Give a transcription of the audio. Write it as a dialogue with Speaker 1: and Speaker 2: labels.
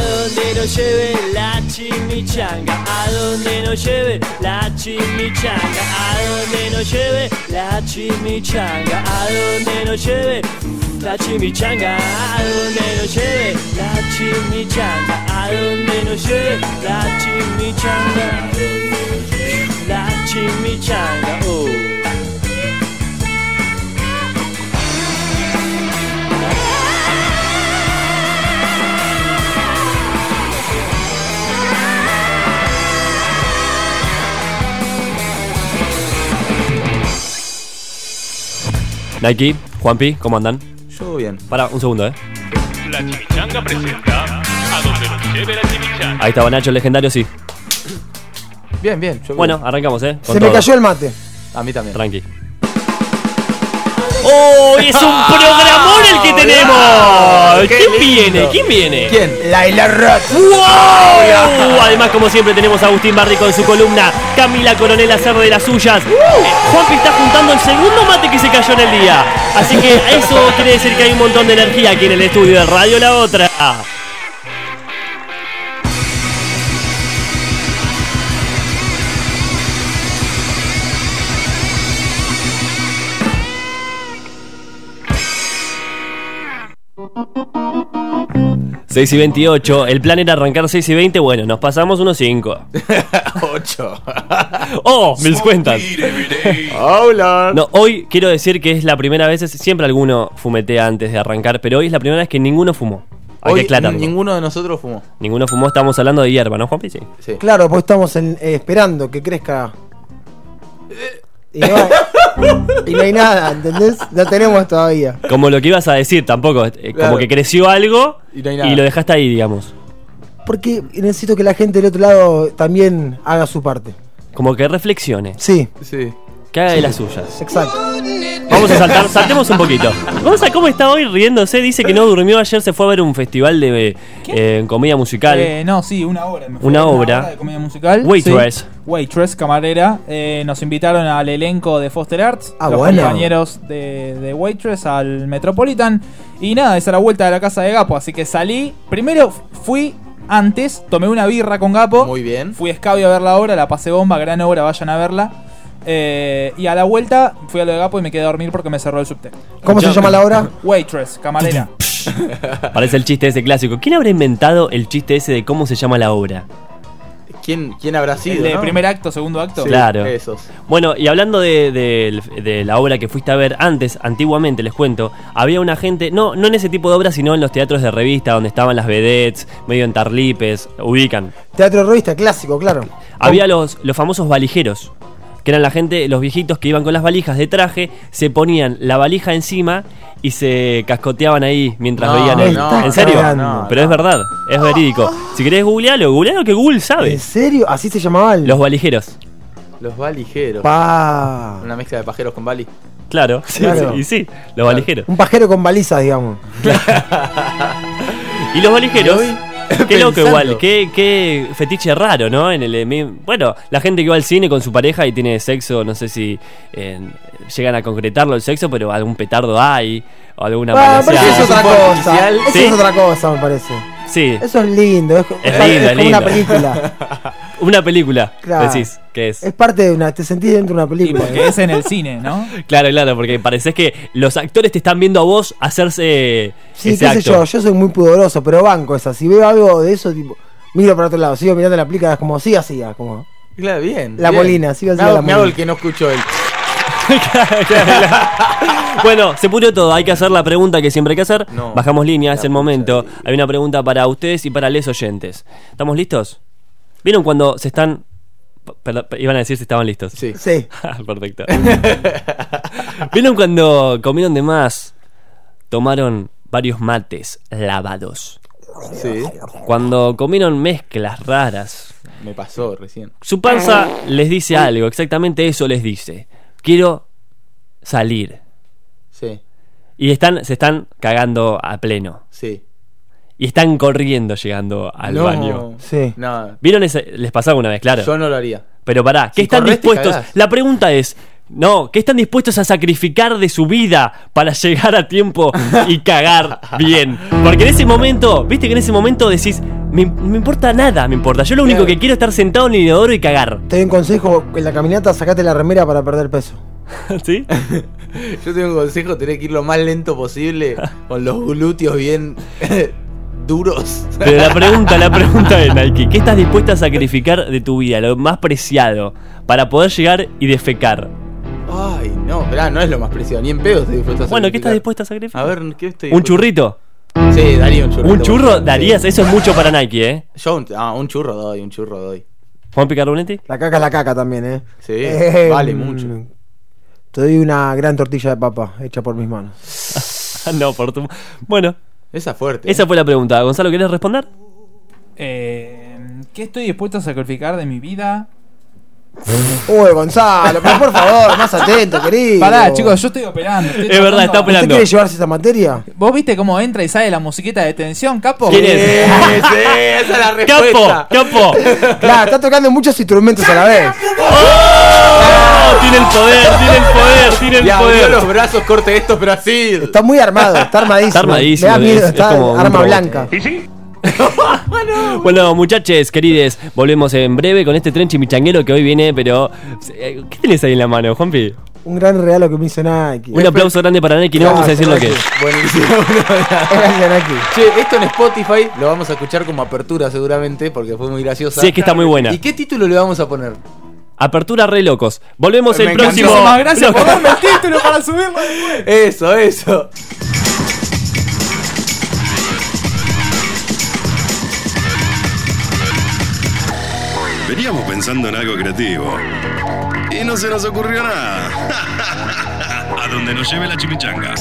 Speaker 1: donde nos lleve la chimichanga, a donde nos lleve la chimichanga, a donde nos lleve la chimichanga, a donde nos lleve la chimichanga, a donde nos lleve la chimichanga, a donde nos lleve la chimichanga, la chimichanga, oh. Nike, Juanpi, ¿cómo andan?
Speaker 2: Yo bien.
Speaker 1: Para, un segundo, eh.
Speaker 3: La chimichanga presenta a donde nos lleve la chimichanga.
Speaker 1: Ahí estaba Nacho, el legendario, sí.
Speaker 2: Bien, bien. yo
Speaker 1: Bueno,
Speaker 2: bien.
Speaker 1: arrancamos, eh. con
Speaker 4: Se me
Speaker 1: todo.
Speaker 4: cayó el mate.
Speaker 2: A mí también.
Speaker 1: Tranqui. ¡Oh! ¡Es un programón el que tenemos!
Speaker 2: ¡Qué
Speaker 1: ¿Quién
Speaker 2: lindo!
Speaker 1: viene? ¿Quién viene?
Speaker 2: ¿Quién?
Speaker 4: Laila Roth.
Speaker 1: ¡Wow! Además, como siempre, tenemos a Agustín Barri con su columna, Camila Coronel a hacer de las suyas.
Speaker 4: ¡Uh!
Speaker 1: Eh, Juanpi está juntando el segundo mate que se cayó en el día. Así que eso quiere decir que hay un montón de energía aquí en el estudio de Radio La Otra. Seis y 28, el plan era arrancar 6 y 20, bueno, nos pasamos unos 5.
Speaker 2: Ocho.
Speaker 1: ¡Oh! Mis cuentas.
Speaker 2: Hola.
Speaker 1: No, hoy quiero decir que es la primera vez, es- siempre alguno fumetea antes de arrancar, pero hoy es la primera vez que ninguno fumó. Hay
Speaker 2: Hoy
Speaker 1: que aclararlo.
Speaker 2: ninguno de nosotros fumó.
Speaker 1: Ninguno fumó, estamos hablando de hierba, ¿no, Juanpi? Sí.
Speaker 2: Sí.
Speaker 4: Claro, pues estamos en- eh, esperando que crezca. Y no, hay, y no hay nada, ¿entendés? No tenemos todavía.
Speaker 1: Como lo que ibas a decir tampoco, eh, como
Speaker 2: Claro.
Speaker 1: que creció algo
Speaker 2: Y no hay
Speaker 1: y,
Speaker 2: nada.
Speaker 1: lo dejaste ahí, digamos.
Speaker 4: Porque necesito que la gente del otro lado también haga su parte.
Speaker 1: Como que reflexione,
Speaker 4: Sí,
Speaker 2: Sí.
Speaker 1: que haga de las suyas.
Speaker 4: exacto.
Speaker 1: Vamos a saltar, saltemos un poquito. Gonza, ¿cómo está hoy riéndose? Dice que no durmió ayer, se fue a ver un festival de eh, eh, comedia musical.
Speaker 5: Eh, no, sí, una obra. me fue.
Speaker 1: Una obra.
Speaker 5: de comedia musical.
Speaker 1: Waitress.
Speaker 5: sí. Waitress, camarera. Eh, nos invitaron al elenco de Foster Arts,
Speaker 4: Ah,
Speaker 5: los
Speaker 4: bueno.
Speaker 5: compañeros de, de Waitress, al Metropolitan. Y nada, esa era la vuelta de la casa de Gapo. Así que salí. Primero fui antes, tomé una birra con Gapo.
Speaker 2: Muy bien.
Speaker 5: Fui a Escabio a ver la obra, la pasé bomba, gran obra, vayan a verla. Eh, y a la vuelta fui a lo de Gapo y me quedé a dormir porque me cerró el subte.
Speaker 4: ¿Cómo se llama la obra?
Speaker 5: Waitress, camarera.
Speaker 1: Parece el chiste ese clásico. ¿Quién habrá inventado el chiste ese de cómo se llama la obra?
Speaker 2: ¿Quién, quién habrá sido?
Speaker 5: El de
Speaker 2: no?
Speaker 5: primer acto, segundo acto.
Speaker 2: Sí,
Speaker 1: Claro.
Speaker 2: Esos.
Speaker 1: Bueno, y hablando de, de- de la obra que fuiste a ver antes, antiguamente, les cuento, había una gente, no, no en ese tipo de obras, sino en los teatros de revista, donde estaban las vedettes, medio en tarlipes, ubican.
Speaker 4: Teatro de revista, clásico, claro.
Speaker 1: Había los, los famosos valijeros, que eran la gente, los viejitos que iban con las valijas de traje, se ponían la valija encima y se cascoteaban ahí mientras
Speaker 2: No,
Speaker 1: veían el...
Speaker 2: no,
Speaker 1: ¿En serio?
Speaker 4: no, no,
Speaker 1: Pero es verdad, es verídico. Si querés googlealo, googlealo que Google sabe.
Speaker 4: ¿En serio? ¿Así se llamaba el?
Speaker 1: Ah, Los valijeros.
Speaker 2: Los valijeros.
Speaker 4: Pa.
Speaker 2: Una mezcla de pajeros con bali.
Speaker 1: Claro, sí,
Speaker 4: Claro.
Speaker 1: sí, y sí, los valijeros.
Speaker 4: Un pajero con balizas, digamos.
Speaker 1: Y los valijeros.
Speaker 2: Y hoy,
Speaker 1: Qué loco
Speaker 2: pensando.
Speaker 1: igual, qué, qué fetiche raro, ¿no? En el, mi- bueno, la gente que va al cine con su pareja y tiene sexo, no sé si eh, llegan a concretarlo el sexo, pero algún petardo hay, o alguna
Speaker 4: Ah, pero
Speaker 1: manoseada.
Speaker 4: eso es otra
Speaker 2: un poco
Speaker 4: cosa.
Speaker 2: artificial.
Speaker 4: Eso
Speaker 1: Sí.
Speaker 4: es otra cosa, me parece.
Speaker 1: Sí,
Speaker 4: Eso es lindo. Es,
Speaker 1: Es
Speaker 4: es parte-
Speaker 1: lindo,
Speaker 4: es como
Speaker 1: lindo.
Speaker 4: una película.
Speaker 1: una película,
Speaker 4: Claro.
Speaker 1: decís, que es.
Speaker 4: Es parte de una. Te sentís dentro de una
Speaker 5: Y
Speaker 4: película.
Speaker 5: porque es en el cine, ¿no?
Speaker 1: Claro, claro, porque pareces que los actores te están viendo a vos hacerse
Speaker 4: Sí,
Speaker 1: ese
Speaker 4: qué sé
Speaker 1: acto.
Speaker 4: yo, yo soy muy pudoroso, pero banco esa. Si veo algo de eso, tipo, miro para otro lado, sigo mirando la plica, es como, siga, siga, como.
Speaker 2: Claro, bien.
Speaker 4: La
Speaker 2: bien.
Speaker 4: Molina, sigo
Speaker 2: me
Speaker 4: haciendo
Speaker 2: hago,
Speaker 4: la
Speaker 2: me hago
Speaker 4: Molina.
Speaker 2: el que no escucho él.
Speaker 1: Bueno, se pudrió todo. Hay que hacer la pregunta que siempre hay que hacer.
Speaker 2: No.
Speaker 1: Bajamos línea, es
Speaker 2: La
Speaker 1: el
Speaker 2: pucha
Speaker 1: momento.
Speaker 2: de-
Speaker 1: Hay una pregunta para ustedes y para les oyentes. ¿Estamos listos? ¿Vieron cuando se están. p- perdón, p- iban a decir si estaban listos.
Speaker 2: Sí.
Speaker 4: Sí.
Speaker 1: Ah, Perfecto. ¿Vieron cuando comieron de más? Tomaron varios mates lavados.
Speaker 2: Sí.
Speaker 1: Cuando comieron mezclas raras.
Speaker 2: Me pasó recién.
Speaker 1: Su panza les dice algo, exactamente eso les dice. Quiero salir.
Speaker 2: Sí.
Speaker 1: Y están, se están cagando a pleno.
Speaker 2: Sí.
Speaker 1: Y están corriendo llegando al
Speaker 2: No.
Speaker 1: baño.
Speaker 4: Sí.
Speaker 2: No.
Speaker 1: ¿Vieron ese? Les pasaba una vez, claro.
Speaker 2: Yo no lo haría.
Speaker 1: Pero pará, ¿qué
Speaker 2: Si
Speaker 1: están
Speaker 2: corres, te
Speaker 1: dispuestos?
Speaker 2: cagás.
Speaker 1: La pregunta es, No, que están dispuestos a sacrificar de su vida para llegar a tiempo y cagar bien. Porque en ese momento, viste que en ese momento decís, me, me importa nada, me importa. Yo lo único
Speaker 4: Claro.
Speaker 1: que quiero es estar sentado en el inodoro y cagar.
Speaker 4: Te doy un consejo, en la caminata sacate la remera para perder peso.
Speaker 1: ¿Sí?
Speaker 2: Yo tengo un consejo, tenés que ir lo más lento posible, con los glúteos bien duros.
Speaker 1: Pero la pregunta, la pregunta de Nike, ¿qué estás dispuesta a sacrificar de tu vida, lo más preciado, para poder llegar y defecar?
Speaker 2: Ay, no, esperá, no es lo más preciado, ni en pedo estoy dispuesto a
Speaker 1: Bueno, ¿qué estás
Speaker 2: sacrificar.
Speaker 1: dispuesta a sacrificar?
Speaker 2: A ver, ¿qué estoy
Speaker 1: ¿Un
Speaker 2: dispuesto?
Speaker 1: churrito?
Speaker 2: Sí, daría un churro.
Speaker 1: ¿Un churro? Darías, eso es mucho para Nike, ¿eh?
Speaker 2: Yo un, ah, un churro doy, un churro doy.
Speaker 1: Juan Picarunetti.
Speaker 4: La caca es la caca también, ¿eh?
Speaker 2: Sí,
Speaker 4: Eh,
Speaker 2: vale
Speaker 4: mm,
Speaker 2: mucho.
Speaker 4: Te doy una gran tortilla de papa hecha por mis manos.
Speaker 1: Ah, no, por tu... Bueno,
Speaker 2: Esa es fuerte.
Speaker 1: esa fue la pregunta. Gonzalo, ¿querés responder?
Speaker 5: Eh, ¿Qué estoy dispuesto a sacrificar de mi vida?
Speaker 4: Uy, Gonzalo, pero por favor, más atento, querido.
Speaker 5: Pará, chicos, yo estoy operando. estoy
Speaker 1: Es verdad,
Speaker 5: tratando-
Speaker 1: está operando.
Speaker 4: ¿Usted quiere llevarse esta materia?
Speaker 5: ¿Vos viste cómo entra y sale la musiquita de tensión, capo? Eh,
Speaker 1: ¿Quién es?
Speaker 2: Sí, sí, esa es la
Speaker 1: ¡Capo!
Speaker 2: respuesta.
Speaker 1: ¡Capo!
Speaker 4: Claro, está tocando muchos instrumentos a la vez.
Speaker 1: ¡Oh! Tiene el poder, tiene el poder, tiene el
Speaker 2: Y abrió los
Speaker 1: poder.
Speaker 2: brazos, corte esto, pero así.
Speaker 4: Está muy armado, está armadísimo.
Speaker 1: Está armadísimo,
Speaker 4: Me da miedo,
Speaker 1: es- es
Speaker 4: está
Speaker 1: como un
Speaker 4: arma
Speaker 1: robot.
Speaker 4: blanca.
Speaker 3: ¿Y sí?
Speaker 1: Bueno, muchachos, querides, volvemos en breve con este tren chimichanguero que hoy viene, pero. eh, ¿Qué tenés ahí en la mano, Juanpi?
Speaker 4: Un gran regalo que me hizo Nike.
Speaker 1: Un aplauso grande para Nike, no vamos a decir lo que es.
Speaker 2: Buenísimo.
Speaker 4: Gracias, Nike.
Speaker 2: Che, esto en Spotify lo vamos a escuchar como apertura seguramente porque fue muy graciosa.
Speaker 1: Sí, es que está muy buena.
Speaker 2: ¿Y qué título le vamos a poner?
Speaker 1: Apertura re locos. Volvemos
Speaker 2: Me
Speaker 1: el
Speaker 2: encantó.
Speaker 1: próximo.
Speaker 5: Muchísimas gracias por
Speaker 1: bloque.
Speaker 5: darme el título para subirlo después.
Speaker 2: Eso, eso.
Speaker 6: Veníamos pensando en algo creativo. Y no se nos ocurrió nada. A donde nos lleve la chimichanga.